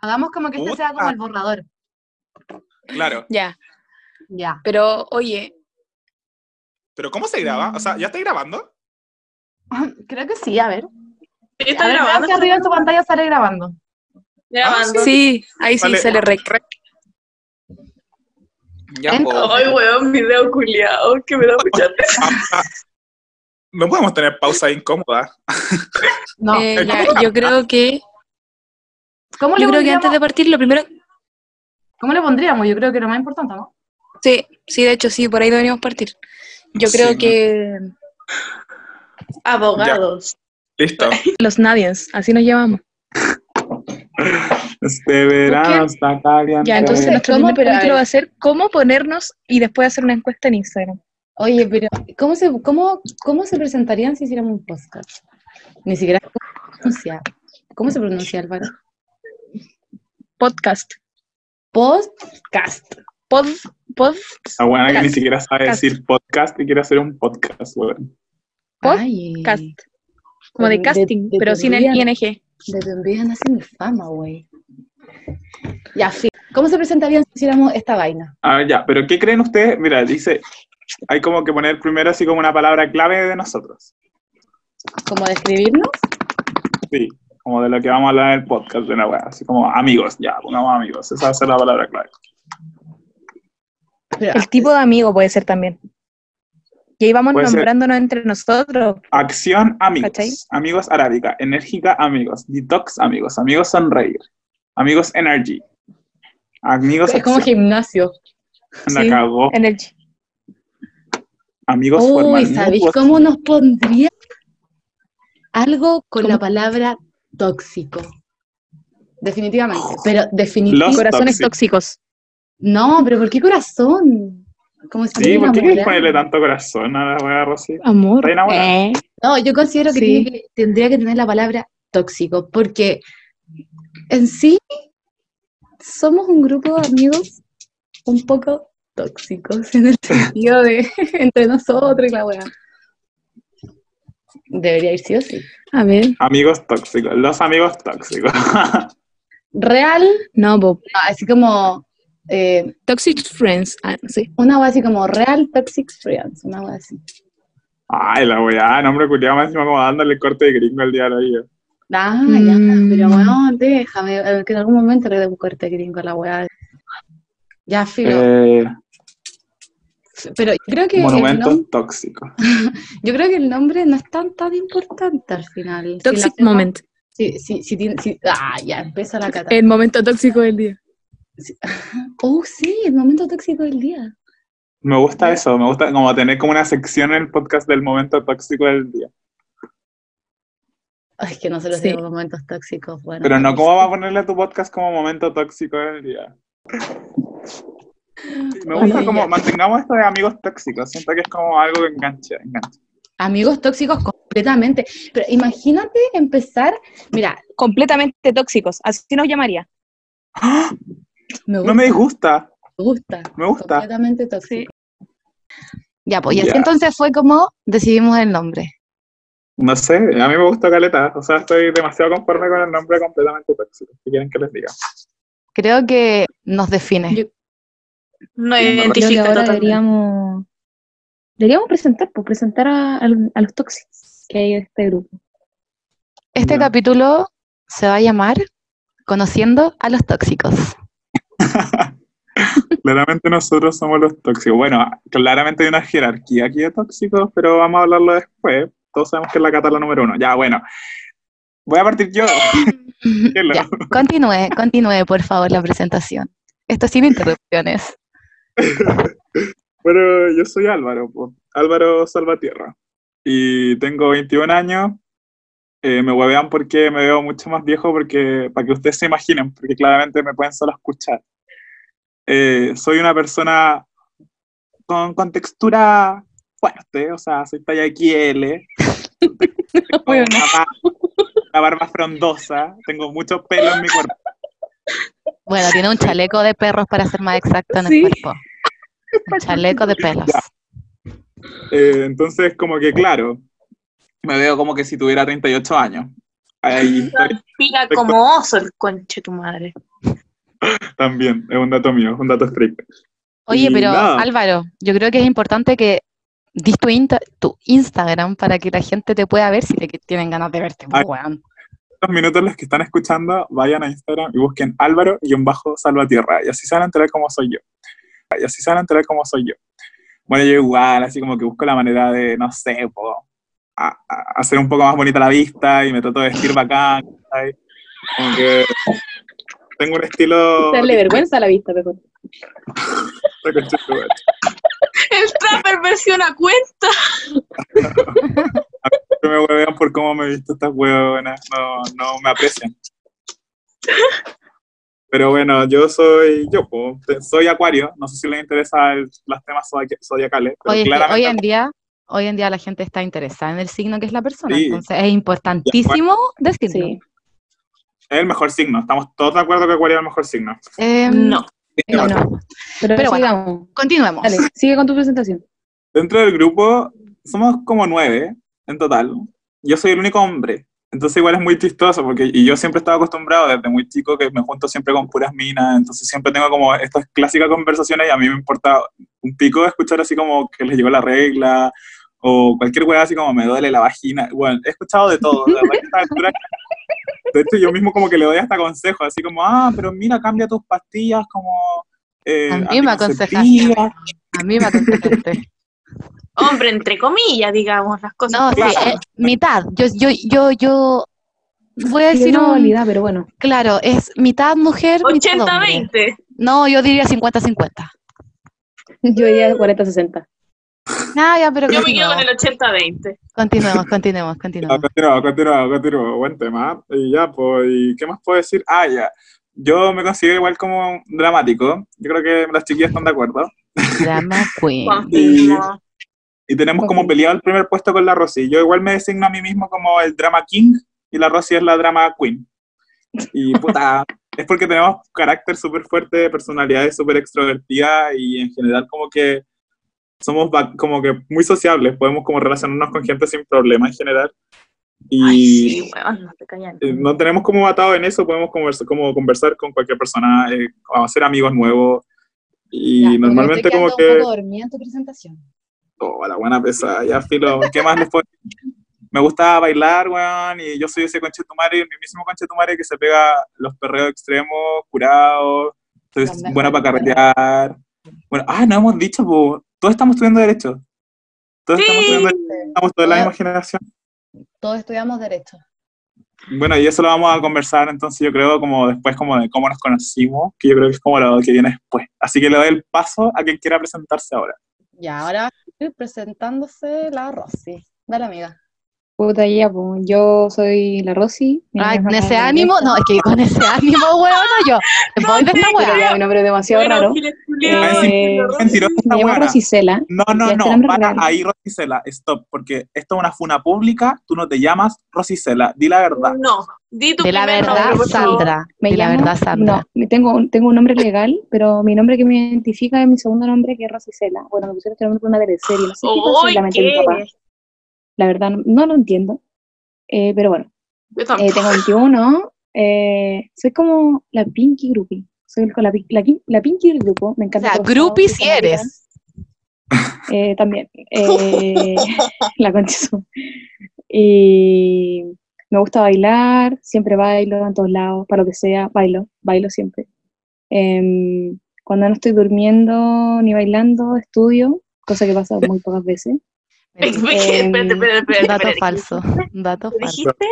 Hagamos como que este Puta. sea como el borrador. Claro. Ya, Ya. pero oye, Pero ¿cómo se graba? O sea, ¿ya estáis grabando? Creo que sí, a ver. Está A ver, vean grabando. que arriba en su pantalla sale grabando. grabando. Ah, sí, ahí sí Vale. sale rec. Ya, pues, En- po. Ay, weón, video culiao, que me da mucha pena. Pausa. No podemos tener pausa incómoda. No. Eh, ya, yo creo que, ¿Cómo, le yo creo que pondríamos, antes de partir, lo primero, ¿Cómo le pondríamos? Yo creo que lo más importante, ¿no? sí, sí, de hecho, sí, por ahí deberíamos partir. Yo Sí. creo que Abogados. Listo. Los nadiens, así nos llevamos. Este verano está caliente. Ya, entonces nuestro ¿cómo? primer Pero, a capítulo ver. va a ser cómo ponernos y después hacer una encuesta en Instagram. Oye, pero ¿cómo se, cómo, cómo se presentarían si hiciéramos un podcast? Ni siquiera ¿cómo se pronuncia? ¿Cómo se pronuncia, Álvaro? Podcast. Podcast. Pod, pod, La buena que ni Podcast. siquiera sabe Podcast. decir podcast y quiere hacer un podcast, weón. Podcast. Ay, como de de- casting, de pero tu sin el vida. ING. De tu envidia nace mi fama, güey. Ya, sí. ¿Cómo se presentarían si hiciéramos esta vaina? A ver, Ah, ya, pero ¿qué creen ustedes? Mira, dice, hay como que poner primero así como una palabra clave de nosotros. ¿Cómo describirnos? Sí, como de lo que vamos a hablar en el podcast de una weá, así como amigos, ya, pongamos amigos, esa va a ser la palabra clave. Pero, El tipo de amigo puede ser también. Y ahí vamos Puede ser. nombrándonos entre nosotros. Acción, amigos. ¿Cachai? Amigos arábica, enérgica, amigos. Detox, amigos. Amigos sonreír. Amigos energy. Amigos es como acción. gimnasio. La sí. cagó. En el... Amigos Uy, forman ¿sabéis nuevos- cómo nos pondría? Algo con ¿Cómo? la palabra tóxico. Definitivamente. Pero Los definitivamente. Corazones tóxicos. tóxicos. No, pero ¿por qué corazón? Como si Sí, estuviera ¿por qué quieres enamorada. ponerle tanto corazón a la weá, Rosy? Amor. Reina buena. Eh, No, yo considero que, Sí. tiene que- tendría que tener la palabra tóxico, porque en sí somos un grupo de amigos un poco tóxicos en el sentido de entre nosotros y la weá. Debería ir sí o sí. a ver. Amigos tóxicos. Los amigos tóxicos. Real, No, Bob. así como eh, Toxic Friends. Ah, sí. una weá así como Real Toxic Friends, una weá así. Ay, la weá, nombre culiado más encima como dándole corte de gringo el día de hoy. Ah, Mm. ya, pero weón, déjame, eh, que en algún momento le dé un corte gringo a la weá. Ya, filo. Eh, Pero yo creo que el monumentos nom- tóxicos. yo creo que el nombre no es tan tan importante al final. Si la Toxic hacemos- Moment. Sí, sí, sí, tiene- sí- ah, ya empieza la cata. El momento tóxico del día. Oh, sí, el momento tóxico del día. Me gusta eso, me gusta como tener como una sección en el podcast del momento tóxico del día. Ay, es que nosotros Sí. tenemos momentos tóxicos, bueno. Pero no, ¿cómo va a ponerle a tu podcast como momento tóxico del día? Me gusta Oye, como ya. mantengamos esto de amigos tóxicos. Siento que es como algo que engancha, engancha. Amigos tóxicos completamente. Pero imagínate empezar, mira, Completamente tóxicos. Así nos llamaría. me gusta, ¡Ah! No me disgusta, me gusta, me gusta. completamente tóxico. Ya, pues, y así Ya. entonces fue como decidimos el nombre. No sé, a mí me gusta Caleta. O sea, estoy demasiado conforme con el nombre completamente tóxico. ¿Qué quieren que les diga? Creo que nos define. Yo- No Creo que identifica ahora totalmente. deberíamos, deberíamos presentar, pues presentar a, al- a los tóxicos que hay de este grupo. Este Ya. capítulo se va a llamar Conociendo a los tóxicos. Claramente nosotros somos los tóxicos. Bueno, claramente hay una jerarquía aquí de tóxicos, pero vamos a hablarlo después. Todos sabemos que es la cata es la número uno. Ya, bueno. Voy a partir yo. Cielo. ya, continúe, continúe, por favor, la presentación. Esto sin interrupciones. Bueno, yo soy Álvaro, po. Álvaro Salvatierra. Y tengo 21 años. Eh, me huevean porque me veo mucho más viejo, porque para que ustedes se imaginen, porque claramente me pueden solo escuchar. Eh, soy una persona con, con textura fuerte, o sea, soy talla XL. Tengo bueno. una, barba, una barba frondosa, tengo mucho pelo en mi cuerpo. Bueno, tiene un chaleco de perros para ser más exacto en Sí. el cuerpo. Un chaleco de pelos. Ya. Eh, entonces, como que claro, me veo como que si tuviera 38 años. Ahí estoy Pila como oso el conche tu madre. también, es un dato mío, es un dato estricto. Oye, Y pero nada. Álvaro, yo creo que es importante que dis tu, inta- tu Instagram para que la gente te pueda ver si te que tienen ganas de verte. po, Ah. weón. Estos minutos los que están escuchando, vayan a Instagram y busquen Álvaro-Salvatierra y así se van a enterar cómo soy yo. Y así se van a enterar cómo soy yo. Bueno, yo igual, así como que busco la manera de, no sé, po, a- a- hacer un poco más bonita la vista y me trato de vestir bacán. ¿cachai? Como que tengo un estilo... Darle vergüenza a la vista, mejor. El trapper versión a cuenta. No me huevean por cómo me he visto estas huevonas, no, no me aprecian. Pero bueno, yo soy yo, po. soy acuario, no sé si les interesa el- los temas zodia- zodiacales, pero Hoy, en- claramente hoy en día, hoy en día la gente está interesada en el signo que es la persona, Sí. entonces es importantísimo decirlo. Sí. es el mejor signo, estamos todos de acuerdo que acuario es el mejor signo. Em, No. eh, Bueno, no. Pero, Pero bueno. sigamos. Continuemos. Dale, sigue con tu presentación. Dentro del grupo somos como nueve en total, yo soy el único hombre, entonces igual es muy chistoso, porque y yo siempre estaba acostumbrado desde muy chico que me junto siempre con puras minas, entonces siempre tengo como estas clásicas conversaciones y a mí me importa un pico escuchar así como que les llegó la regla o cualquier weá así como me duele la vagina. Bueno, he escuchado de todo. la verdad que a esta altura- de hecho, yo mismo como que le doy hasta consejos, así como, ah, pero mira, cambia tus pastillas como... Eh, A mí me aconsejaste. anticonceptivas". A mí me aconsejaste. Hombre, entre comillas, digamos, las cosas. No, sí, Claro. eh, mitad. Yo, yo, yo, yo voy a Sí, decir no, un- habilidad, pero bueno. claro, es mitad mujer, mitad hombre. 80-20. No, yo diría 50-50. Yo diría 40-60. Ah, ya, pero Yo me quedo continuemos, con el 80-20. continuemos, continuemos, continuemos. Ya, Continúa, continúa, continúa. Buen tema. Y ya, pues, ¿y ¿qué más puedo decir? Ah, ya. Yo me considero igual como dramático. Yo creo que las chiquillas están de acuerdo. Drama queen. Confirmo. Y tenemos como Ok. peleado el primer puesto con la Rosy. Yo igual me designo a mí mismo como el drama king y la Rosy es la drama queen. Y puta, es porque tenemos carácter súper fuerte, personalidades súper extrovertidas y en general como que somos va- como que muy sociables, podemos como relacionarnos con gente sin problema en general. Y Ay, sí, weón, no te callan. eh, no tenemos como atado en eso, podemos conversar, como conversar con cualquier persona, eh, hacer amigos nuevos. Y Ya, normalmente me estoy como quedando que... Un poco dormida en tu presentación. Oh, la buena pesada, ya filo. ¿Qué más les puedo decir? Me gusta bailar, weón, y yo soy ese conchetumare, el mismísimo conchetumare que se pega los perreos extremos, curados, soy Las mejores buena para carretear. Bueno, ah, no hemos dicho, po. todos estamos estudiando Derecho. Todos Sí. estamos estudiando Derecho, estamos Ah. toda la misma generación. Todos estudiamos Derecho. Bueno, y eso lo vamos a conversar entonces yo creo como después como de cómo nos conocimos, que yo creo que es como lo que viene después. Así que le doy el paso a quien quiera presentarse ahora. Y ahora estoy presentándose la Rosy. Dale, amiga. Puta, ya, pues. Yo soy la Rosy. mi Ay, nombre con es ese Magdalena ánimo, Huerta. no, es que con ese ánimo, weón, yo. Me voy de esta sí, weá. Pero ya, mi nombre es demasiado Bueno, raro. Giles Julián, Eh, Rosy. Mentirosa esta Me llamo weona. Rosicela. No, no, Ya no, se la han para regalado. ahí, Rosicela, stop, porque esto es una funa pública, tú no te llamas Rosicela, di la verdad. No, di tu De la primer verdad, nombre, por favor. Sandra. Me De la llamo- verdad, Sandra. No, me- tengo, un- tengo un nombre legal, pero mi nombre que me identifica es mi segundo nombre, que es Rosicela. Bueno, me pusieron este nombre por una teleserie, no sé qué pasó en ¡Ay, la mente de mi qué! papá. La verdad, no, no lo entiendo. Eh, pero bueno, Yo eh, tampoco. tengo 21, eh, soy como la Pinky Groupie. Soy con la, pi- la, qui- la Pinky del grupo, me O encanta. sea, todo, groupie soy si fanática. eres. Eh, también. Eh, la concha de su- Y me gusta bailar, siempre bailo en todos lados, para lo que sea, bailo, bailo siempre. Em, cuando no estoy durmiendo ni bailando, estudio, cosa que pasa muy pocas veces. Espérate, espérate, espérate, espérate, Dato espérate. falso. Dato ¿Qué falso. dijiste?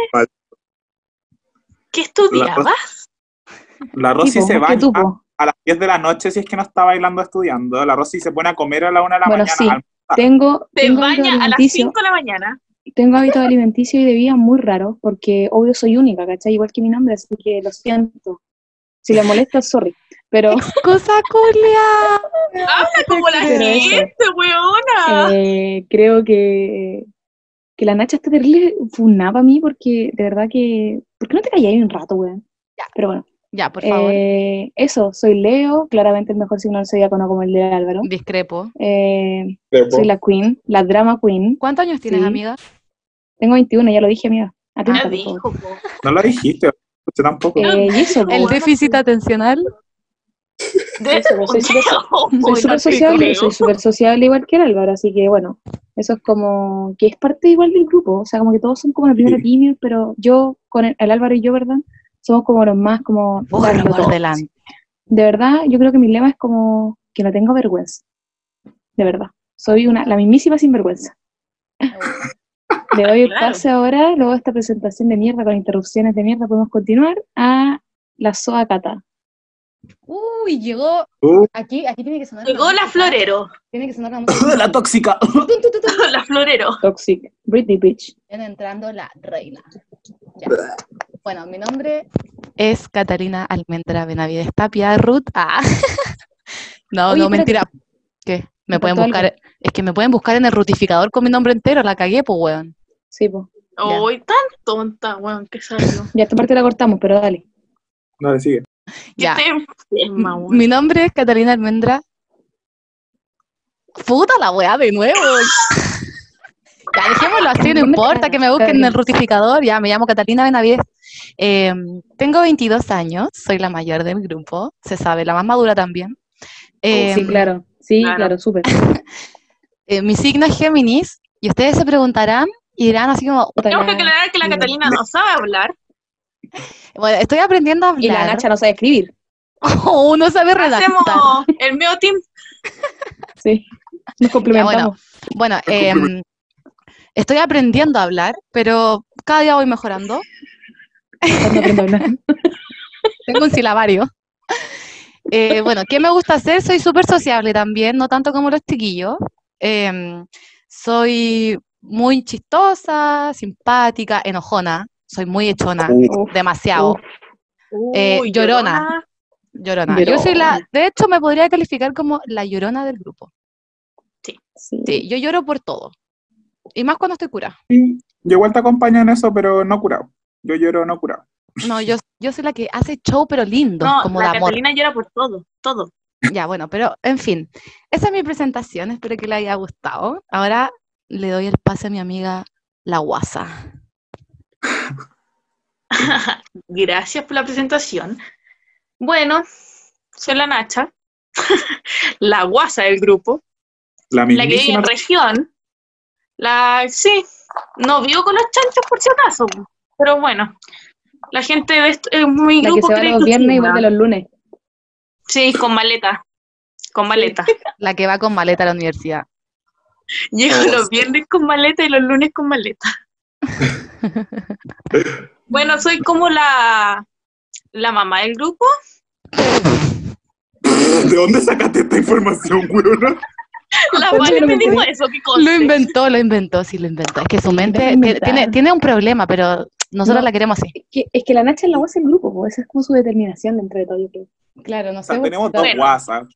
¿Qué estudiabas? La Rosy Tipo, se porque baña pues, tú, po. a las 10 de la noche si es que no está bailando estudiando, la Rosy se pone a comer a la 1 de la Bueno, mañana. sí. al- Tengo, Te tengo hábitos baña a las alimenticios, 5 de la mañana. tengo hábitos alimenticios y de vida muy raros, porque obvio soy única, ¿cachai? Igual que mi nombre, así que lo siento. Si le molesta, sorry. Pero Cosa culia. Habla como la Pero eso. gente, weona. Eh, creo que, que la Nacha está terrible funada para mí porque de verdad que... ¿Por qué no te calláis un rato, weón? Ya. Pero bueno, Ya, por favor. eh, eso, soy Leo, claramente el mejor signo del zodiaco, no como el de Álvaro. Discrepo. Eh, soy la Queen, la Drama Queen. ¿Cuántos años tienes, Sí. amiga? Tengo 21, ya lo dije, amiga. Atenta, Ya por Ah, dijo, favor. po. No lo dijiste, usted tampoco. Eh, y eso, El pues, déficit atencional. De- Eso, pues, soy súper- soy Uy, no súper Oh, te sociable, creo. soy súper sociable igual que el Álvaro, así que bueno, eso es como que es parte igual del grupo, o sea, como que todos son como la primera Sí. línea, pero yo, con el, el Álvaro y yo, ¿verdad? Somos como los más como... Bújalo darlo por todo. delante. De verdad, yo creo que mi lema es como que no tengo vergüenza, de verdad, soy una, la mismísima sinvergüenza. Le doy el Claro. pase ahora, luego de esta presentación de mierda con interrupciones de mierda, podemos continuar a la Soa Cata. Uy, llegó. Uh. Aquí, aquí tiene que sonar. Llegó la música, florero. Tiene que sonar la música. La tóxica. La florero. Toxic, Britney Beach. Viene entrando la reina. Ya. Bueno, mi nombre Es Catalina Almendra Benavides Tapia, Ruth. Ah. No, Oye, no, espérate. mentira. ¿Qué? Me Me pueden faltó buscar. Es que me pueden buscar en el rutificador con mi nombre entero. La cagué, pues, weón. Sí, pues. Ya. Uy, tan tonta, weón, que salió. Ya esta parte la cortamos, pero dale. No le sigue. Que Ya. te enferma, Este weón. Mi nombre es Catalina Almendra. Puta la weá de nuevo. ya dejémoslo así, no ¿Dónde importa está? que me busquen en Está el rutificador. Ya, me llamo Catalina Benavides. Eh, tengo 22 años, soy la mayor del grupo, se sabe, la más madura también. Eh, sí, claro. Sí, claro. claro, súper. eh, mi signo es Géminis y ustedes se preguntarán y dirán así como, Puta, Tenemos que la- aclarar que la Mira. Catalina no sabe hablar. bueno, estoy aprendiendo a Y la hablar. gacha no sabe escribir. Oh, no sabe redactar. Hacemos el medio team. Sí. Nos complementamos. Bueno, em, estoy aprendiendo a hablar, pero cada día voy mejorando. Cuando aprendo a hablar. Tengo un silabario. Eh, bueno, ¿qué me gusta hacer? Soy súper sociable también, no tanto como los chiquillos. Em, soy muy chistosa, simpática, enojona. Soy muy hechona, Uh. Uf, demasiado, uf. Eh, Uy, llorona. llorona. Yo soy la, de hecho, me podría calificar como la llorona del grupo. Sí. Sí, yo lloro por todo. Y más cuando estoy cura. Yo igual te acompaño en eso, pero no curado. Yo lloro no curado. No, yo, yo soy la que hace show, pero lindo, No, como de la amor. Catalina llora por todo, todo. Ya, bueno, pero en fin, esa es mi presentación, espero que le haya gustado. Ahora le doy el pase a mi amiga La Guasa. Gracias por la presentación. Bueno, soy la Nacha, la guasa del grupo, La la que vive mismísima. en región. La, sí, no vivo con los chanchos por si acaso, pero bueno, la gente de est- eh, mi La que grupo se va cree los que viernes sí, y vuelve ¿no? los lunes. Sí, con maleta, con maleta. La que va con maleta a la universidad. Llego Oh, los sí. viernes con maleta y los lunes con maleta. bueno, soy como la, la mamá del grupo. ¿De dónde sacaste esta información, weón? La Cuéntame madre lo me que dijo eso, qué cosa. Lo inventó, lo inventó, sí, lo inventó. Es que su mente Lo tie- tiene, inventaron. tiene un problema, pero nosotros No. la queremos así. Es que, es que la Nacha es la voz del grupo, po, esa es como su determinación dentro de todo, yo creo. Claro, no O sea, sé. Ah, tenemos dos Bueno. guasas.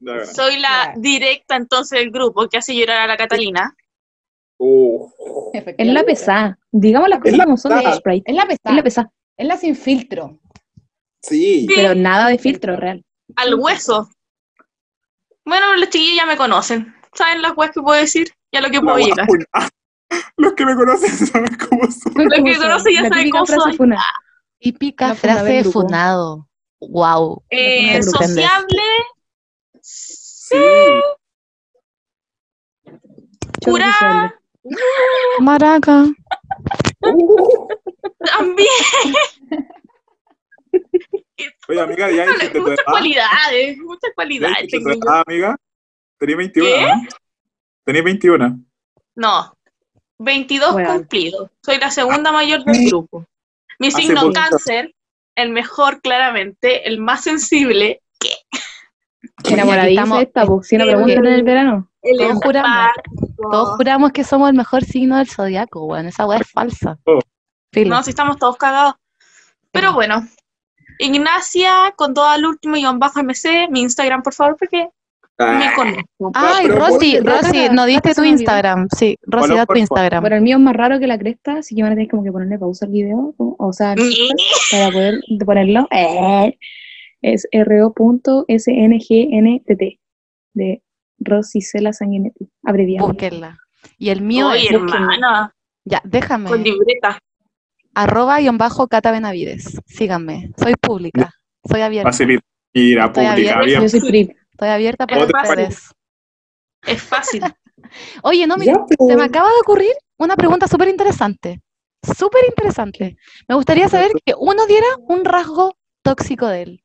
La verdad. Soy la directa entonces del grupo que hace llorar a la Catalina. Oh. Es la pesada. Digamos las cosas la como son pesada. de Sprite. Es la Es la pesada. pesada, Es la sin filtro. Sí. Sí. pero nada de filtro real. Al hueso. Bueno, los chiquillos ya me conocen. ¿Saben las weas que puedo decir? Ya lo que La puedo guasa llegar. funada. Los que me conocen saben cómo soy. que conoce ya La sabe típica cómo frase soy. funa. Típica La funa frase del de grupo. funado. Wow. Eh, Me sorprendes. sociable. Sí. Yo Curá. social. Maraca. También. Oye, amiga, ya dijiste tu muchas edad. cualidades. Muchas Ya cualidades dijiste tengo tu yo. edad, amiga. Tenía 21, ¿Qué? ¿no? Tenía 21. No, 22 Bueno. cumplidos. Soy la segunda mayor del grupo. Mi Ah, Hace signo poquito. cáncer, el mejor claramente, el más sensible, Enamoradiza Estamos- esta, po, si no eh, preguntan en el verano. el Todos juramos. empático. Todos juramos que somos el mejor signo del zodiaco, bueno, esa weá es falsa. Oh. Filo. No, si estamos todos cagados. Pero bueno, Ignacia, con todo al último guión bajo MC, mi Instagram, por favor, porque Ah, me conozco. Ay, Pero Rosy, ponte- Rosy, no diste Rosy tu se me olvidó. Instagram. Sí, Rosy, Hola, da tu porfa. Instagram. Bueno, el mío es más raro que la cresta, así que van a tener como que ponerle pausa al video, o, o sea, al Mm. podcast, para poder ponerlo. Eh, Es ro.sngntt de Rosicela Sanguinetti, abreviado. Búsquenla. Y el mío Oye, es. hermana, Ya, déjame. con libreta. arroba guión bajo Cata Benavides. Síganme, soy pública, soy abierta, Facilita. Mira, Estoy pública, abierta. bien. Yo soy PRI. estoy abierta para Otra ustedes. Es fácil. Oye, no, mira, se me acaba de ocurrir una pregunta súper interesante, súper interesante. Me gustaría saber que uno diera un rasgo tóxico de él.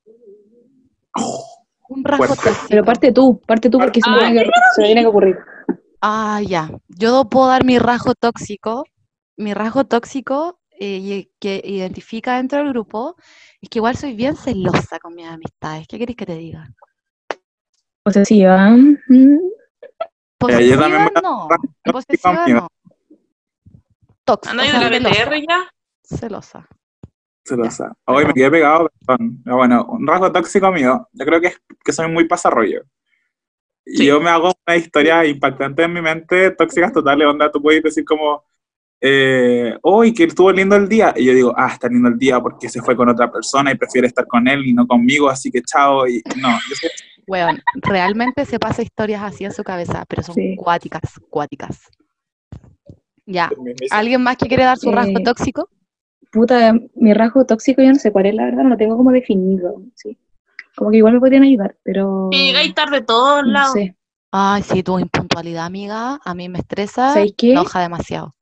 Un rasgo fuerte. tóxico. Pero parte tú, parte tú porque se, me Ah, tiene que, se me tiene que ocurrir. Ah, ya. Yo do- puedo dar mi rasgo tóxico. Mi rasgo tóxico eh, y- que identifica dentro del grupo es que igual soy bien celosa con mis amistades. ¿Qué querés que te diga? O sea, mm, sí, va. Eh, yo también Pues Posesiva voy a no. rasgo tóxico Posesiva mío. no. Tóxica. ¿Andáis de o la sea, celosa, BTR ya? Celosa. Celosa. Hoy me quedé pegado, perdón. Pero bueno, un rasgo tóxico mío, yo creo que es que soy muy pasarrollo. Y Sí. Yo me hago una historia impactante en mi mente, tóxicas totales, onda, tú puedes decir como, eh, hoy que estuvo lindo el día, y yo digo, ah, está lindo el día porque se fue con otra persona y prefiere estar con él y no conmigo, así que chao, y no, yo soy Weón, realmente se pasa historias así en su cabeza, pero son Sí. cuáticas, cuáticas. Ya. Me- me- ¿Alguien más que quiere dar su rasgo Eh, tóxico? Puta, mi rasgo tóxico, yo no sé cuál es, la verdad, no lo tengo como definido. ¿sí? Como que igual me podrían ayudar, pero. Que llegáis tarde a todos no lados. sé. Ay, sí, tu impuntualidad, amiga, a mí me estresa, ¿Sabes me qué? enoja demasiado.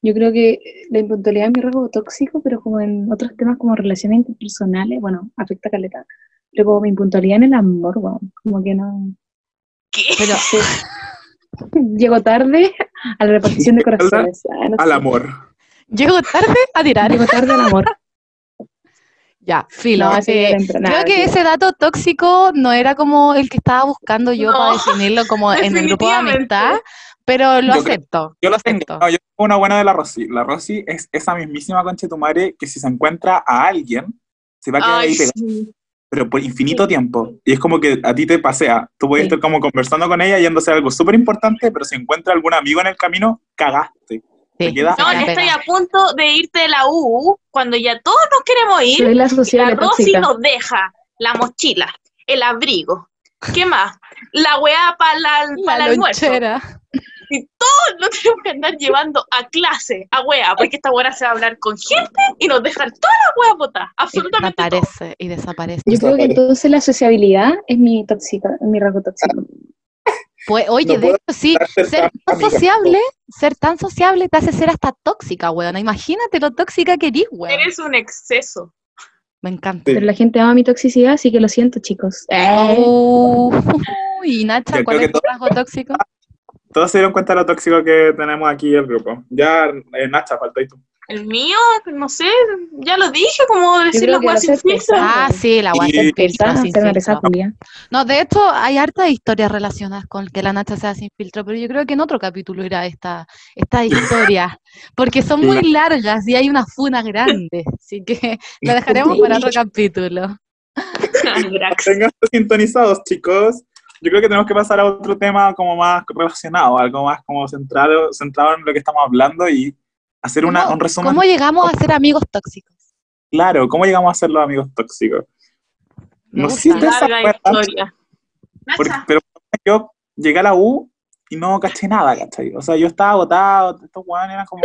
Yo creo que eh, la impuntualidad es mi rasgo tóxico, pero como en otros temas como relaciones interpersonales, bueno, afecta a caleta. Pero como mi impuntualidad en el amor, weón, como que no. ¿Qué? Pero, Llego tarde a la repartición de corazones. Ah, no al sé. amor. Llego tarde a tirar. Llego tarde al amor. Ya, filo. No, eso eh, ya temprano. creo Nada, que mentira. ese dato tóxico no era como el que estaba buscando yo No, para definirlo como en el grupo de definitivamente. amistad, pero lo Yo creo- acepto. Yo lo tengo. acepto. No, yo tengo una buena de la Rosy. La Rosy es esa mismísima concha de tu madre que si se encuentra a alguien, se va a quedar Ay, ahí pegada, sí. pero por infinito tiempo. Y es como que a ti te pasea. Tú puedes Sí. estar como conversando con ella yéndose a algo súper importante, pero si encuentra algún amigo en el camino, cagaste. Sí, te queda- se No, la yo estoy pega. a punto de irte de la U cuando ya todos nos queremos ir. Soy la La sociable Rosy tóxica. nos deja la mochila, el abrigo. ¿Qué más? La weá para la, pa' el almuerzo. lonchera. Y todos nos tenemos que andar llevando a clase, a weá, porque esta weá se va a hablar con gente y nos dejan todas las weas botadas. Y Absolutamente todo. desaparece, y desaparece. Yo creo que Desaparece. entonces la sociabilidad es mi tóxico, mi rasgo tóxico. Pues, oye, No de puedo hecho, sí, estar ser tan amiga. sociable, ser tan sociable te hace ser hasta tóxica, weón. Imagínate lo tóxica que eres, weón. Eres un exceso. Me encanta. Pero la gente ama mi toxicidad, así que lo siento, chicos. ¿Eh? Oh, y Nacha, Yo ¿cuál creo que es tu rasgo tóxico? Todos se dieron cuenta de lo tóxico que tenemos aquí el grupo. Ya, eh, Nacha, faltáis tú. El mío, no sé, ya lo dije, como decir creo las que weas lo sin sé, pues, filtro. Ah, sí, la guay Y- sin filtro, Pesada, sin ser una filtro. pesada culia. No, de hecho, hay hartas historias relacionadas con que la Nacha sea sin filtro, pero yo creo que en otro capítulo irá esta, esta historia, porque son muy largas y hay una funa grande, así que la dejaremos para otro capítulo. Drax. Tengan sintonizados, chicos. Yo creo que tenemos que pasar a otro tema como más relacionado, algo más como centrado, centrado en lo que estamos hablando y hacer una, ¿Cómo- un resumen. ¿Cómo llegamos a ser amigos tóxicos? Claro, ¿cómo llegamos a ser los amigos tóxicos? Me No sé si gusta. ustedes se Larga acuerdan, historia. porque- Nacha, pero yo llegué a la U y no caché nada, ¿cachai? O sea, yo estaba agotado, estos weones eran como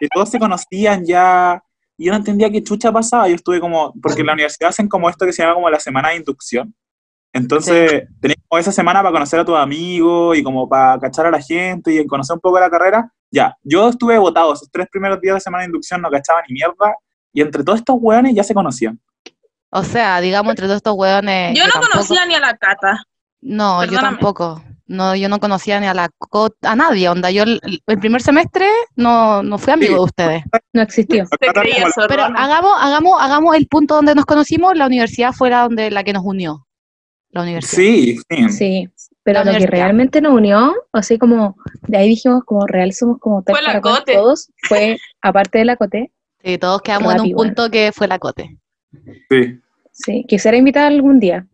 que todos se conocían ya, y yo no entendía qué chucha pasaba. Yo estuve como, porque en la universidad hacen como esto que se llama como la semana de inducción. Entonces, tenés como esa semana para conocer a tus amigos y como para cachar a la gente y conocer un poco la carrera. Ya, yo estuve agotado esos tres primeros días de la semana de inducción, no cachaba ni mierda, y entre todos estos weones ya se conocían. O sea, digamos entre todos estos hueones. yo que no tampoco- conocía ni a la Cata. No, yo Perdóname. tampoco. No, yo no conocía ni a la co- a nadie, onda. Yo el, el primer semestre no, no fui amigo Sí. de ustedes. No existió. Te Acá creía tenemos zorrona. Pero hagamos, hagamos, hagamos el punto donde nos conocimos, la universidad fuera donde la que nos unió. La universidad. Sí, sí. Mm. Sí, pero La lo que universidad. realmente nos unió, así como de ahí dijimos como real somos como tal Fue la para cual Cote. todos, fue aparte de la Cote, Sí, todos quedamos en Rápido, un punto que fue la Cote. sí. sí, quisiera invitar algún día.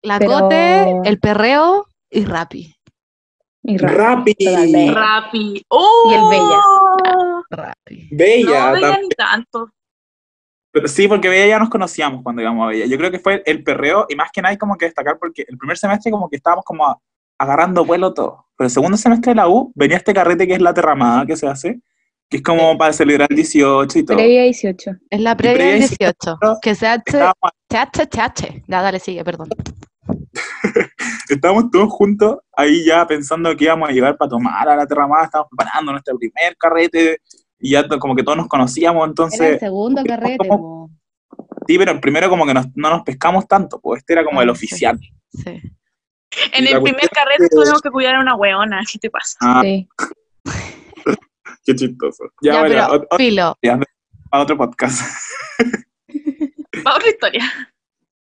La Pero- Cote, el perreo y Rappi. Y Ra- Rapi. totalmente. Rapi. ¡Oh! Y el Bella. Rappi. Bella. No, Bella tam- ni tanto. Pero sí, porque Bella ya nos conocíamos cuando íbamos a Bella. Yo creo que fue el perreo y más que nada hay como que destacar porque el primer semestre como que estábamos como a- agarrando vuelo todo. Pero el segundo semestre de la U venía este carrete que es la terramada que se hace, que es como para celebrar el 18 y todo. Previa 18. Es la previa del previa 18. Que se hace Estábamos, chache, chache. Ya, dale, sigue, perdón. estábamos todos juntos ahí ya pensando que íbamos a llegar para tomar a la terramada, estábamos preparando nuestro primer carrete y ya to- como que todos nos conocíamos, Era el entonces, segundo carrete, po. sí, pero el primero como que nos- no nos pescamos tanto, pues este era como Ah, el sí. oficial. Sí. Y En la el primer cuestión carrete es- tuvimos que cuidar a una weona. ¿Qué te pasa? Ah, Sí. qué chistoso. Ya, Ya, bueno, pero, ot- ot- filo. a otro podcast. Va otra historia.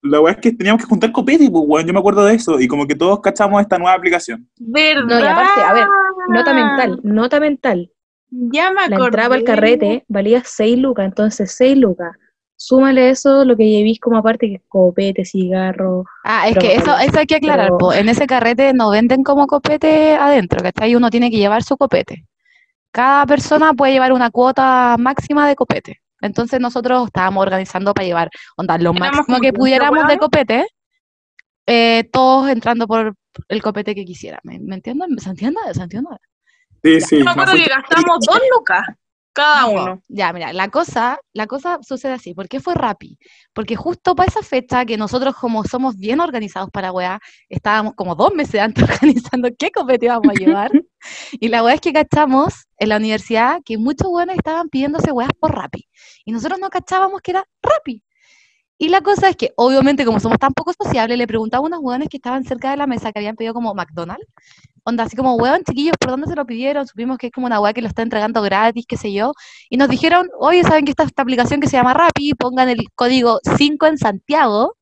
La weá es que teníamos que juntar copete, pues weón, yo me acuerdo de eso, y como que todos cachamos esta nueva aplicación. ¿Verdad? No, y aparte, a ver, Nota mental, nota mental. Ya Ah. me La acordé. entrada al carrete valía 6 lucas, entonces 6 lucas. Súmale eso, lo que llevís como aparte, que es copete, cigarro. Ah, es Pero- que eso, eso hay que aclarar, pero- po. En ese carrete no venden como copete adentro, ¿cachai? Uno tiene que llevar su copete. Cada persona puede llevar una cuota máxima de copete. Entonces nosotros estábamos organizando para llevar, onda, lo Éramos máximo como que 15 pudiéramos de hueones. copete, eh, todos entrando por el copete que quisiera. ¿Me, me entienden? ¿Se entiende? ¿Se entiende? Sí, sí. Yo me acuerdo que gastamos dos lucas cada No, uno. Ya, mira, la cosa, la cosa sucede así. ¿Por qué fue Rappi? Porque justo para esa fecha que nosotros como somos bien organizados para weá, estábamos como dos meses antes organizando qué copete íbamos a llevar. y la weá es que cachamos en la universidad que muchos weones estaban pidiéndose weas por Rappi. Y nosotros no cachábamos que era Rappi. Y la cosa es que, obviamente, como somos tan poco sociables, le preguntaba a unos weones que estaban cerca de la mesa que habían pedido como McDonald's onda así como, weón, chiquillos, ¿por dónde se lo pidieron? Supimos que es como una weá que lo está entregando gratis, qué sé yo. Y nos dijeron, oye, ¿saben que está esta aplicación que se llama Rappi? Pongan el código 5 en Santiago,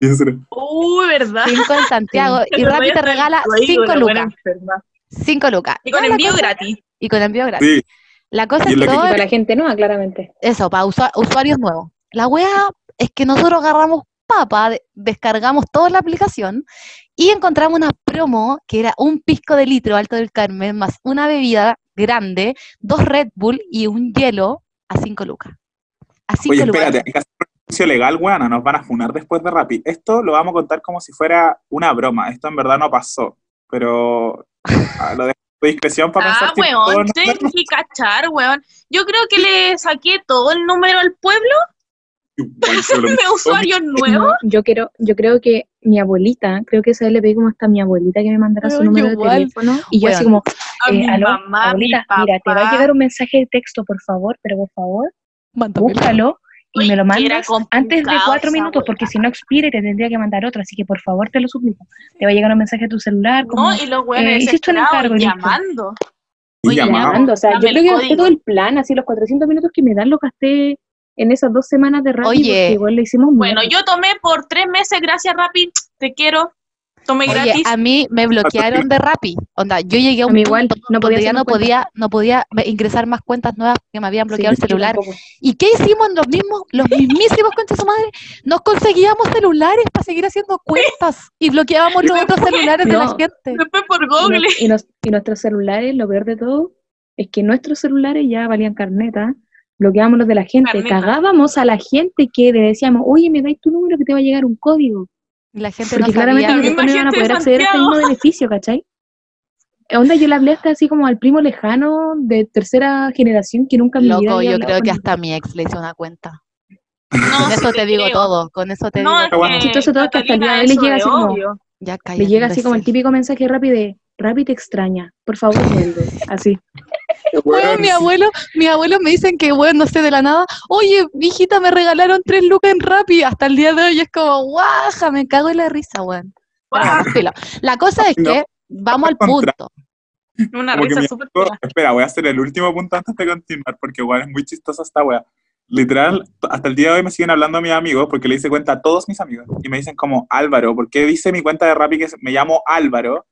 Uy, ¿verdad? 5 en Santiago, y Rappi te regala 5 lucas, 5 lucas. Y con Ya la envío cosa- gratis. Y con envío gratis. Sí. La cosa Y es lo que que- todo Y para la gente nueva, ah, claramente. Eso, para usuarios nuevos. La wea es que nosotros agarramos papa, de- descargamos toda la aplicación y encontramos una promo que era un pisco de litro alto del Carmen más una bebida grande, dos Red Bull y un hielo a 5 lucas. A 5 Oye, lucas. espérate, hay que hacer un anuncio legal, weón, nos van a funar después de Rappi. Esto lo vamos a contar como si fuera una broma, esto en verdad no pasó, pero ah, lo dejo a tu discreción para Ah, pensar que todo weón, no- ustedes tienen que cachar, weón. Yo creo que le saqué todo el número al pueblo Bueno, yo lo- de usuarios nuevos. No, yo quiero, yo creo que mi abuelita, creo que esa vez le pedí como hasta a mi abuelita que me mandara Pero su número igual, de teléfono. Y yo así bueno. como, A eh, mi aló, mamá, a mi abuelita, papá. mira, te va a llegar un mensaje de texto, por favor, pero por favor, búscalo y Uy, me lo que era mandas antes de complicado cuatro esa minutos, wea. porque si no expira y te tendría que mandar otro, así que por favor te lo suplico. Te va a llegar un mensaje a tu celular, como, No, y los weones eh, hiciste un desesperados encargo, listo. llamando. y Oye, llamamos. llamando, o sea, Dame yo el creo que código. gasté todo el plan, así los 400 minutos que me dan lo gasté en esas dos semanas de radio, Oye. porque igual lo hicimos Bueno, mierda. yo tomé por tres meses, gracias Rappi, te quiero. Tomé Oye, gratis. a mí me bloquearon de Rappi. Onda, yo llegué a A un mí punto igual, no podía donde ya hacer no más cuentas. podía, no podía me- ingresar más cuentas nuevas porque me habían Sí, bloqueado yo el celular. tampoco. ¿Y qué hicimos los mismos, los mismísimos concha su madre? Nos conseguíamos celulares para seguir haciendo cuentas y bloqueábamos los otros celulares de la No. gente. Después por Y Google. nos- Y, nos- y nuestros celulares, lo peor de todo, es que nuestros celulares ya valían carneta, bloqueábamos los de la gente, Carneta. cagábamos a la gente que le decíamos, oye, me dais tu número que te va a llegar un código. Y la gente Porque no claramente sabía. La después no iban a gente de poder acceder a este Santiago. mismo beneficio, ¿cachai? Onda, yo le hablé hasta así como al primo lejano de tercera generación que nunca en mi vida Loco, había yo hablado creo con que él. hasta mi ex le hizo una cuenta. No, Con sí eso te digo creo. todo, con eso te No, digo es todo. que Chistoso todo que hasta el día de hoy les Catalina, llega eso así como- de obvio. Ya cállate, Le llega así como el imbécil. típico mensaje rápido de, Rappi te extraña, por favor, vuelve", así. Bueno, mi abuelo, mis abuelos me dicen que, bueno, no sé, de la nada, oye, hijita, me regalaron tres lucas en Rappi, hasta el día de hoy es como, guaja, me cago en la risa, weón. Pero bueno, filo. La cosa es No. que, vamos al Contra- punto. Una Como que risa mi súper amigo- fea. Espera, voy a hacer el último punto antes de continuar, porque igual es muy chistosa esta wea. Literal, t- hasta el día de hoy me siguen hablando mis amigos porque le hice cuenta a todos mis amigos y me dicen como Álvaro, ¿por qué dice mi cuenta de Rappi que es- me llamo Álvaro?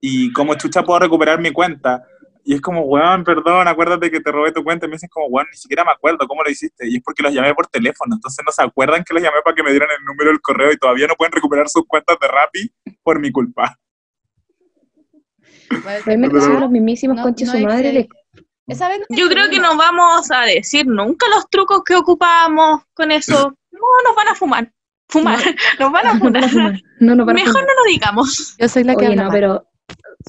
Y como chucha puedo recuperar mi cuenta. Y es como, weón, perdón, acuérdate que te robé tu cuenta. Y me dicen como, weón, ni siquiera me acuerdo cómo lo hiciste. Y es porque los llamé por teléfono. Entonces no se acuerdan que los llamé para que me dieran el número del correo y todavía no pueden recuperar sus cuentas de Rappi por mi culpa. A mí me Pero- pusieron los mismísimos No, conches no su madre, excedí. le Esa vez Yo creo que no vamos a decir nunca los trucos que ocupamos con eso. No, nos van a fumar. Fumar. Nos van a No, para fumar. fumar. No, no, para Mejor fumar. no nos digamos. Yo soy la que Oye, habla no, mal. pero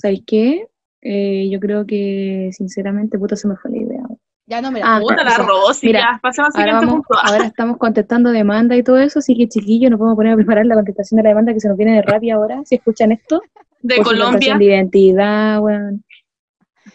¿sabéis qué? Eh, yo creo que sinceramente, puta, se me fue la idea. Ya no, mira. Ah, Puta, la eso. Rosy, Mira, ya. Pasemos al Ahora, siguiente vamos, punto. Ah, ahora estamos contestando demanda y todo eso, así que chiquillos, nos vamos a poner a preparar la contestación de la demanda que se nos viene de rabia ahora, si escuchan esto. De por suplantación Colombia. de identidad, weón.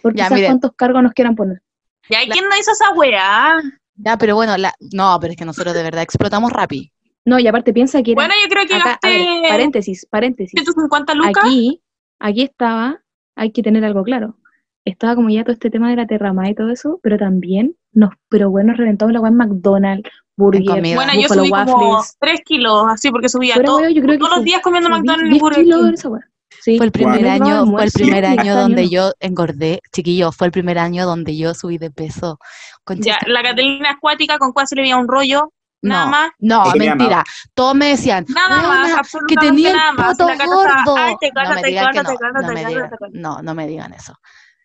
Por Ya, quizás miren. cuántos cargos nos quieran poner. ¿Y hay quién no hizo esa weá? Ya, pero bueno, la... no, pero es que nosotros de verdad explotamos rápido. No, y aparte piensa que era... Bueno, yo creo que acá- a ver, gasté paréntesis, paréntesis. 150 lucas. Aquí, aquí estaba, hay que tener algo claro. Estaba como ya todo este tema de la terramada y todo eso, pero también nos, pero bueno, nos reventamos la weá en McDonald's, burger, comida. Bueno, yo Buffalo subí como Waffles. 3 kilos, así, porque subía Fuera, todo, weón, yo creo que todos los fue- días comiendo subí McDonald's y 10 Burger kilos King. esa weá. Sí, Fue el primer Yo llevaba año, fue el almuerzo, primer hasta año ni donde uno. yo engordé, chiquillo, fue el primer año donde yo subí de peso. Concha Ya, esta- la Catalina acuática con cuál se le veía un rollo, no, nada más, No, No tenía mentira. Todos me decían, nada "Weona, más, que absolutamente tenía nada el más. poto La Cata estaba, ay, gordo. te No gana, me te digan que gana, no, te gana, no te me gana, digan, te gana. no, no me digan eso.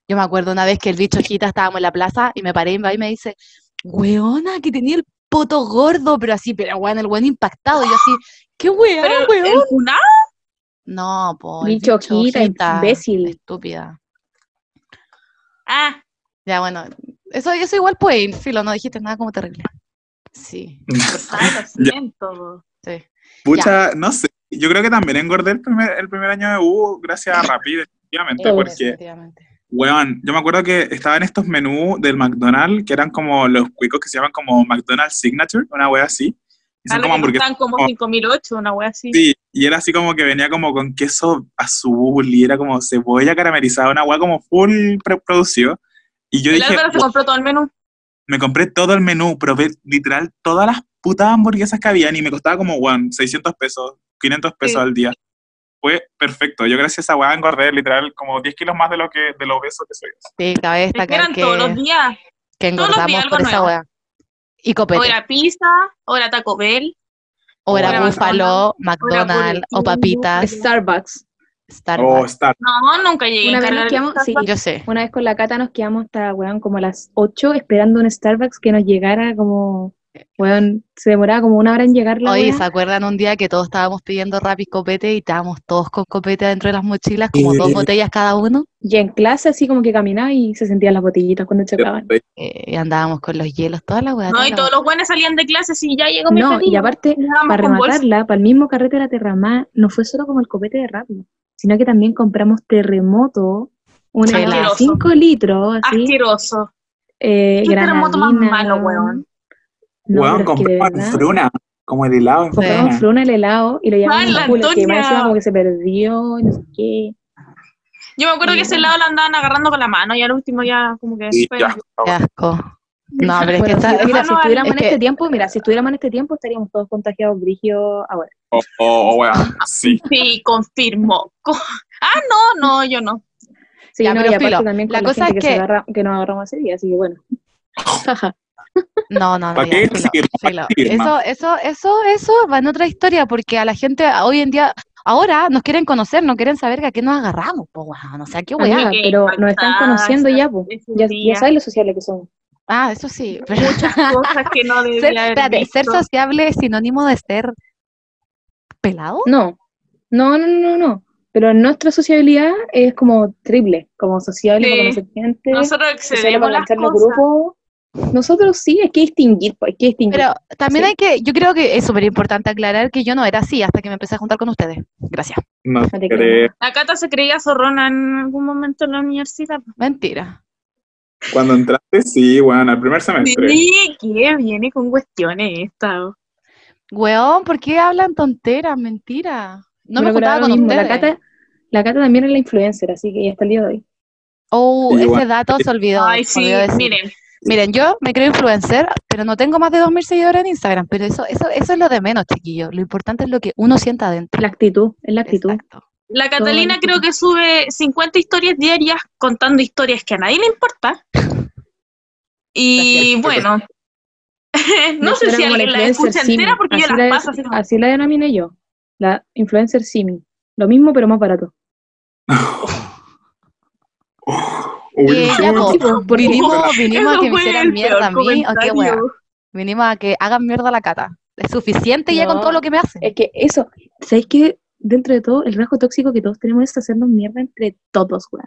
Yo me acuerdo una vez que el bicho Jita estábamos en la plaza y me paré y me va y me dice, weona, que tenía el poto gordo, pero así, pero weón, el weón impactado, y yo así, qué weón, Pero weón. el funado, No, po, el Bicho bicho Jita, Jita, imbécil. estúpida. ah, Ya, bueno, eso, eso igual puede ir, filo, no dijiste nada como terrible. Sí, ay, lo siento. sí. Pucha, no sé. Yo creo que también engordé el primer, el primer año de U gracias a Rappi, definitivamente, Eh, porque, definitivamente. weón, yo me acuerdo que estaban estos menús del McDonald's que eran como los cuicos que se llaman como McDonald's Signature, una wea así. Y son como Ahora que hamburguesas. están como como- 5008, una wea así. Sí, y era así como que venía como con queso azul y era como cebolla caramelizada, una agua como full preproducido. Y yo el dije, Álvaro se "Wow", compró todo el menú. me compré todo el menú, probé literal todas las putas hamburguesas que habían y me costaba como, weón, 600 pesos, 500 pesos Sí. al día. Fue perfecto. Yo gracias a esa weá engordé literal como 10 kilos más de lo que de lo obeso que soy. Sí, cabe Es que destacar eran que, todos los días. que todos los días engordamos algo por esa nuevo. weá. Y copete. O era pizza, o era Taco Bell, O era, Era Oh, era Búfalo, McDonald's, Burger o papitas, Starbucks. Oh, Starbucks. está. No, nunca llegué Una a vez nos cargar quedamos, esas sí, cosas. Yo sé. Una vez con la Cata nos quedamos hasta, weón, como a las 8 esperando un Starbucks que nos llegara como, weón, se demoraba como una hora en llegar la Oye, weá. ¿se acuerdan un día que todos estábamos pidiendo Rappi copete y estábamos todos con copete dentro de las mochilas, como dos Sí. botellas cada uno? Y en clase así como que caminaba y se sentían las botellitas cuando chocaban. Eh, y andábamos con los hielos, toda la weá. No, toda y la todos weá. los buenos salían de clase y ya llegó mi No, y pedido. aparte, Llegábamos para con bolsa. rematarla, para el mismo carrete de la terramá, no fue solo como el copete de rápido, sino que también compramos terremoto, una Chela. de 5 litros, Ah, así, Asqueroso. eh, ¿Qué terremoto más granadina, malo, weón? No, Weón, pero es que de compraban verdad- fruna, como el helado en compramos fruna. fruna el helado y lo llevamos ¡Mala, a Macula, que Ah, más Antonia! encima como que se perdió, y no sé qué. Yo me acuerdo que ese lado lo andaban agarrando con la mano y al último ya como que... Sí, fue- ya. Qué asco. No, pero es que Bueno, esa- si- esa- mira, si Ah, no, estuviéramos en es que- este tiempo, mira, si estuviéramos en este tiempo estaríamos todos contagiados brigio ahora. Oh, oh, oh, weón, sí. Sí, confirmo. Co- Ah, no, no, yo no. Sí, Ya, no, y pero aparte filo, también con la la, cosa gente es que, se que- agarra, que nos agarramos ese día, así que bueno. Jaja. No, no, no, ¿Para ya, qué filo, decir? ¿Para filo. qué decir, Eso, ma? eso, eso, eso va en otra historia, porque a la gente hoy en día, ahora nos quieren conocer, no quieren saber que a qué nos agarramos, po, weón. O sea, qué weá. Amiga, que Ah, pero nos están impactada conociendo esa- ya, po. ese Ya, día. ya sabes lo sociales que somos. Ah, eso sí, pero Muchas cosas que no debía ser, haber espérate, visto. ser sociable es sinónimo de ser pelado. No, no, no, no, no. Pero nuestra sociabilidad es como triple, como sociable Sí. para conocer gente, Nosotros sociable excedemos para las enganchar los cosas. grupos. Nosotros sí, hay que distinguir, po, hay que distinguir. Pero también Sí. hay que, yo creo que es súper importante aclarar que yo no era así hasta que me empecé a juntar con ustedes. Gracias. No No te creo. creo. La Cata se creía zorrona en algún momento en la universidad. Mentira. Cuando entraste, sí, weón, al primer semestre. Sí, que viene con cuestiones esta. Weón, ¿por qué hablan tonteras? Mentira. No me Pero juntaba ahora con mismo, ustedes. La Cata, la Cata también es la influencer, así que ya está el día de hoy. Oh, Sí, ese bueno. dato se olvidó. Ay, se sí, olvidó decir. miren. Miren, yo me creo influencer, pero no tengo más de 2.000 seguidores en Instagram. Pero eso, eso, eso es lo de menos, chiquillos. Lo importante es lo que uno sienta adentro. La actitud, es la actitud. Exacto. La Catalina Todo el creo que sube 50 historias diarias contando historias que a nadie le importa. Y Gracias. bueno, no sé Era si como la alguien la influencer escucha Simi. entera porque yo Así las la- paso. así como- Así la denominé yo, la influencer Simi. Lo mismo, pero más barato. Uy, Eh, ya, chuta. po. vinimos, vinimos a Eso que me fue hicieran el mierda a peor mí. ¿O qué weá? comentario. Vinimos a que hagan mierda a la cata. Es suficiente ya con No. todo lo que me hacen. Es que eso, ¿sabéis que dentro de todo, el rasgo tóxico que todos tenemos es hacernos mierda entre todos, weón?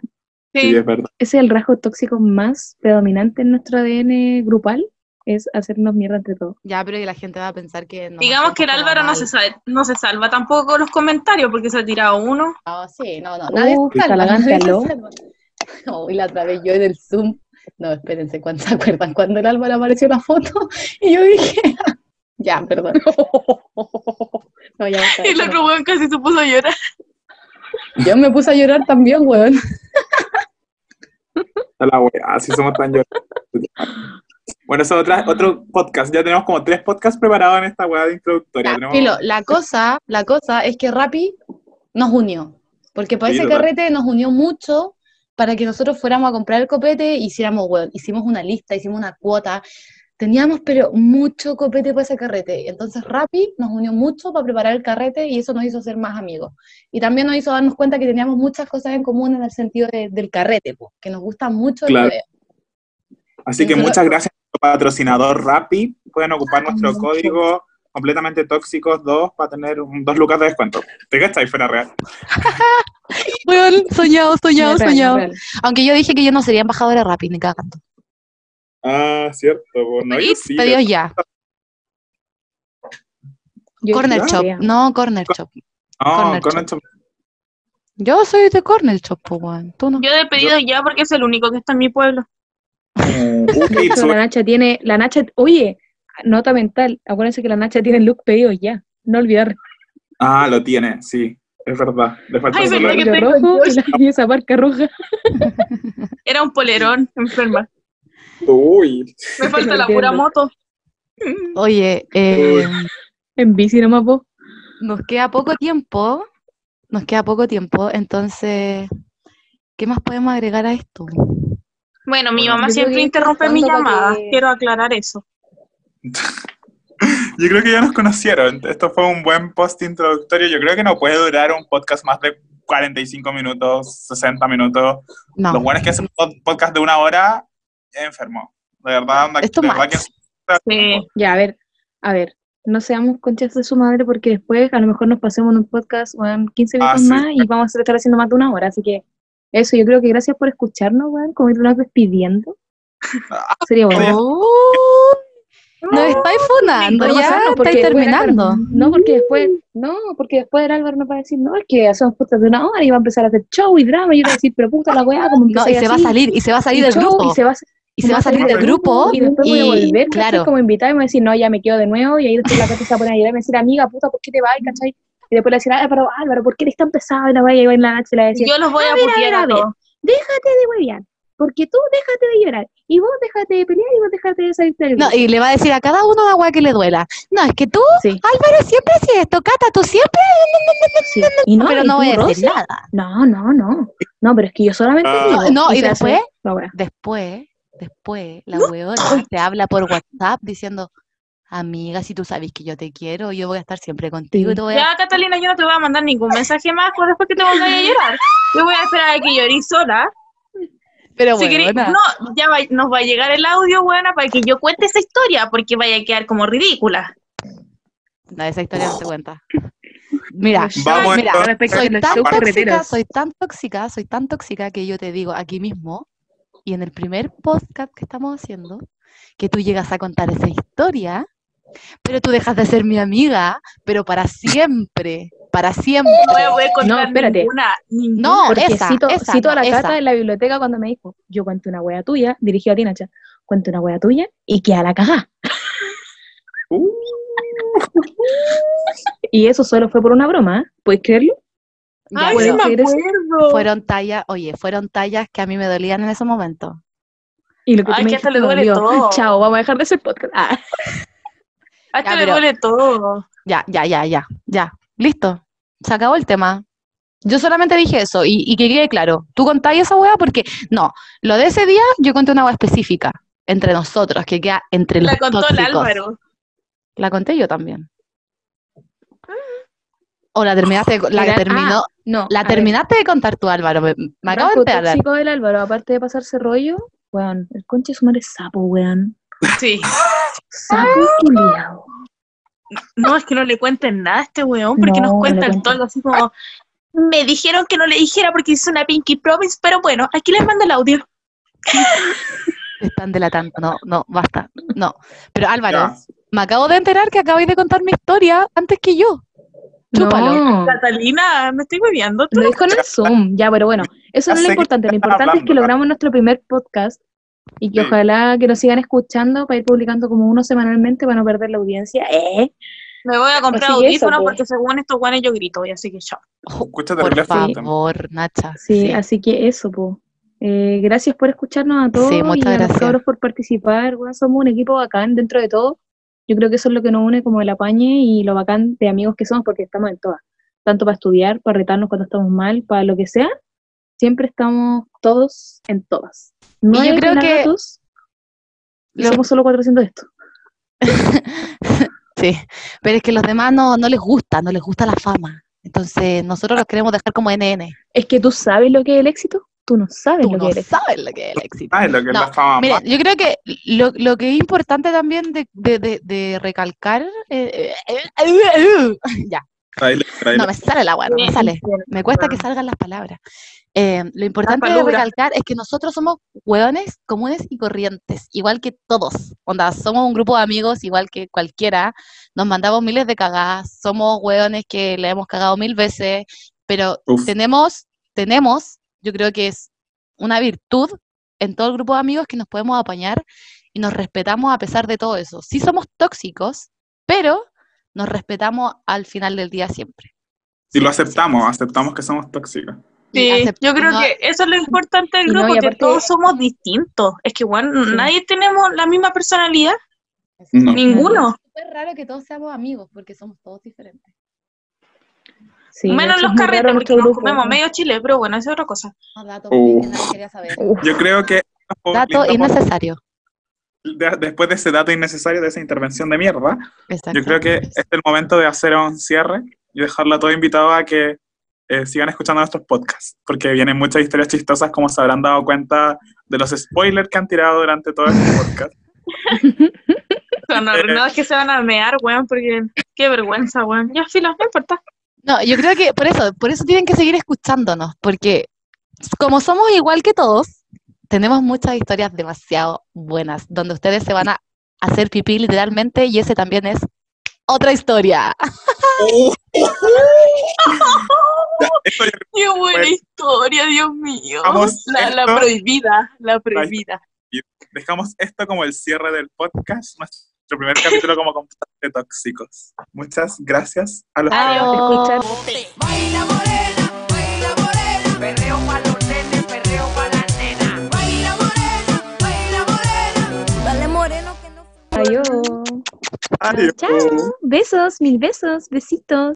Sí, es verdad. Ese es el rasgo tóxico más predominante en nuestro ADN grupal, es hacernos mierda entre todos. Ya, pero que la gente va a pensar que no. Digamos que el Álvaro no se, sal- no se salva tampoco con los comentarios porque se ha tirado uno. No, sí, no, no. Uh, Nadie se salva, Calagante, nadie se aló. salva. No, y la otra vez yo en el Zoom. No, espérense, ¿cuándo- ¿se acuerdan cuando el Álvaro apareció la foto? Y yo dije, ya, perdón. No, ya, basta, Y el no. otro weón casi se puso a llorar. Yo me puse a llorar también, weón. Está la wea, así somos tan llorosos. Bueno, eso es otra, otro podcast. Ya tenemos como tres podcasts preparados en esta weá de introductoria. Ya, Tenemos- filo, la cosa, la cosa es que Rappi nos unió, porque para Sí, ese total. carrete nos unió mucho para que nosotros fuéramos a comprar el copete e hiciéramos, weón, hicimos una lista, hicimos una cuota, teníamos pero mucho copete para ese carrete, entonces Rappi nos unió mucho para preparar el carrete y eso nos hizo ser más amigos, y también nos hizo darnos cuenta que teníamos muchas cosas en común en el sentido de- del carrete, po, que nos gusta mucho el Claro. rodeo. Así que Nosotros- muchas gracias a nuestro patrocinador Rappi. Pueden ocupar nuestro mucho. código completamente tóxicos 2 para tener un- dos lucas de descuento. ¿Te que ahí fuera real? Weón, soñado, soñado, Es real, es soñado. real. Aunque yo dije que yo no sería embajadora de Rappi, ni cagando. Ah, cierto. po. No, yo Eats, sí. eh. pedidos ya. Yo- corner yo- Shop. No, Corner Shop. No, Corner con Shop. Yo soy de Corner Shop, po, weón. Tú no. Yo he pedido ya porque es el único que está en mi pueblo. Uber De Eats, hecho, la Uber- Nacha tiene, la Nacha, oye, nota mental, acuérdense que la Nacha tiene el look pedido ya, no olvidar. Ah, lo tiene, sí. Es verdad. Le falta Ay, solo verdad el- que- Pero rojo y, la- y esa barca roja. Era un polerón, enferma. Uy. Me falta la Entiendo. pura moto. Oye, eh, En bici nomás vos. nos queda poco tiempo. Nos queda poco tiempo. Entonces, ¿qué más podemos agregar a esto? Bueno, mi Bueno, mamá yo creo siempre que interrumpe mi tanto para llamada. que- Quiero aclarar eso. Yo creo que ya nos conocieron. Esto fue un buen post introductorio. Yo creo que no puede durar un podcast más de 45 minutos, 60 minutos. Lo No. bueno es que hacen pod- podcast de una hora enfermo. De verdad, anda- Es too de verdad much. que Sí. Ya, a ver, a ver, no seamos conchas de su madre porque después a lo mejor nos pasemos en un podcast weón, 15 Ah, minutos sí. más y vamos a estar haciendo más de una hora, así que eso, yo creo que gracias por escucharnos, weón, como irnos despidiendo. Ah, Sería bueno. Oh, nos estáis funando, Vamos a ya hacerlo estáis porque, bueno, terminando. Álvaro, No, porque después, no, porque después el Álvaro nos va a decir, no, es que hacemos putas de una hora y va a empezar a hacer show y drama, y yo voy a decir, pero puta la weá, como No, y se va a salir, y se va a salir del Y grupo. se va, a- Y se va a salir del grupo. y después voy a y- volver, claro. claro. como invitada, y me va a decir, no, ya me quedo de nuevo, y ahí después la Cata se va a poner a llorar, y me va a decir, amiga, puta, ¿por qué te vas? ¿cachai? Y después le va a decir, Álvaro, Álvaro, ¿por qué eres tan pesado? Y la vaya a ir en la noche y le va a decir, Yo los voy a, A ver, a putear ver, a, a ver. todos. déjate de huevear, porque tú déjate de llorar, y vos déjate de pelear, y vos déjate de salir del No, grupo". y le va a decir a cada uno de agua que le duela. No, es que tú, Sí. Álvaro, siempre haces esto, Cata, tú siempre, Sí. Y no, pero y no tú, voy a Rosy, decir nada. No, no, no. No, pero es que yo solamente Ah. digo, No, y se hace después- la wea. Después, después, la weona te habla por WhatsApp diciendo, amiga, si tú sabes que yo te quiero, yo voy a estar siempre contigo y te voy a... Ya, Catalina, yo no te voy a mandar ningún mensaje más pues, después que te volváis a llorar. Yo voy a esperar a que llorís sola. Pero Si queréis, weona, no, ya va- nos va a llegar el audio, buena, para que yo cuente esa historia, porque vaya a quedar como ridícula. no, esa historia no se cuenta. Mira, Vamos mira, entonces. respecto soy los tan shows tóxica, carreteros. soy tan tóxica, soy tan tóxica que yo te digo aquí mismo y en el primer podcast que estamos haciendo, que tú llegas a contar esa historia, pero tú dejas de ser mi amiga, pero para siempre, para siempre. No voy a poder contar No, espérate. ninguna. ninguna. No, Porque esa, cito, esa, cito no, a la esa. cata en la biblioteca cuando me dijo, yo cuento una wea tuya, dirigido a ti, Nacha, cuento una wea tuya y que a la cagá. Uh, Y eso solo fue por una broma, ¿eh? ¿puedes creerlo? Ya, Ay, sí pero bueno, me eres- acuerdo. fueron tallas, oye, fueron tallas que a mí me dolían en ese momento. Y lo que tú Ay, me que esto dijiste le duele dolió. todo. Chao, vamos a dejar de hacer podcast. Ah, A este Ya, le pero- duele todo. Ya, ya, Ah, ya, ya, ya. Listo. Se acabó el tema. Yo solamente dije eso y, y que quede claro. Tú contáis esa hueá porque, no, lo de ese día yo conté una hueá específica entre nosotros, que queda entre los La contó el tóxicos. Álvaro. La conté yo también. Ah. O la terminaste, de- la Era- terminó, no. la a ver, terminaste de contar tú, Álvaro. Me, me acabo de rasgo enterar. tóxico del Álvaro, aparte de pasarse rollo, weón, el conche su madre es sapo, weón. Sí. Sapo Ah. culiao. No, es que no le cuenten nada a este weón, porque No, nos no le cuentan cuenten. todo así como. Me dijeron que no le dijera porque hice una Pinky Promise, pero bueno, aquí les mando el audio. Te están delatando. No, no, basta. No. Pero Álvaro, Ya. me acabo de enterar que acabáis de contar mi historia antes que yo. Chúpalo. No, Catalina, me estoy bebiendo. lo dijo en el Zoom, ya, pero bueno, eso no es Así lo que importante. Lo están importante es que hablando, logramos nuestro primer podcast y que Sí. ojalá que nos sigan escuchando para ir publicando como uno semanalmente para no perder la audiencia. Eh, Me voy a comprar Así que eso, audífonos pues. porque según estos guanes yo grito, y así que chao. Escucha terrible Por fruta. favor, Nacha. Sí, sí. así que eso, po. Eh, gracias por escucharnos a todos Sí, muchas y a los gracias. cabros por participar. Bueno, somos un equipo bacán dentro de todo. Yo creo que eso es lo que nos une como el apañe y lo bacán de amigos que somos porque estamos en todas. Tanto para estudiar, para retarnos cuando estamos mal, para lo que sea. Siempre estamos todos en todas. No yo hay creo que relatos y lo- somos solo 400 de esto. Sí, pero es que los demás no, no les gusta, no les gusta la fama. Entonces, nosotros los queremos dejar como NN. Es que tú sabes lo que es el éxito, tú no sabes Tú lo no que es el éxito. sabes lo que es el éxito. Ay, lo que es No, la fama. Mira, yo creo que lo, lo que es importante también de, de- de- de recalcar. eh, eh, eh, ya, Ahí le- ahí no le- me sale el agua, no me sale. Me cuesta que salgan las palabras. Eh, lo importante de paluras. recalcar es que nosotros somos hueones comunes y corrientes, igual que todos. Onda, somos un grupo de amigos, igual que cualquiera. Nos mandamos miles de cagadas, somos hueones que le hemos cagado mil veces, pero Uf. tenemos, tenemos, yo creo que es una virtud en todo el grupo de amigos que nos podemos apañar y nos respetamos a pesar de todo eso. Sí somos tóxicos, pero nos respetamos al final del día siempre. Y lo Siempre, siempre, aceptamos, siempre. aceptamos que somos tóxicos. Y Sí, acep- yo creo no- que eso es lo importante del y no, grupo, y que aparte- todos somos distintos. Es que, bueno, Sí. nadie tenemos la misma personalidad, No. ninguno. Es súper raro que todos seamos amigos porque somos todos diferentes. Sí, menos eso los es muy raro carretes, porque en nuestro nos grupo. comemos medio chile, pero bueno, eso es otra cosa. Más datos Oh. que nadie quería saber. Uf. Yo creo que Dato Linda, innecesario. de- después de ese dato innecesario, de esa intervención de mierda, Exacto. yo creo que es el momento de hacer un cierre y dejarlo a todo invitado a que eh, sigan escuchando nuestros podcasts, porque vienen muchas historias chistosas, como se habrán dado cuenta de los spoilers que han tirado durante todo este podcast. Son arruinados que se van a mear, weón, porque qué vergüenza, weón. Ya, filo, no importa. No, yo creo que por eso, por eso tienen que seguir escuchándonos, porque como somos igual que todos, tenemos muchas historias demasiado buenas, donde ustedes se van a hacer pipí literalmente y ese también es otra historia. Ya, esto yo creo Qué buena Bueno. historia, Dios mío. Pues, Vamos, La, la esto- prohibida, la prohibida. que dejamos esto como el cierre del podcast, nuestro primer capítulo como completamente tóxicos. Muchas gracias a los que Chao. Baila morena, baila morena, perreo pa' los nenes, perreo pa' la nena. Baila morena, baila morena, dale moreno que no Adiós. Adiós. Chao. Besos, mil besos, besitos.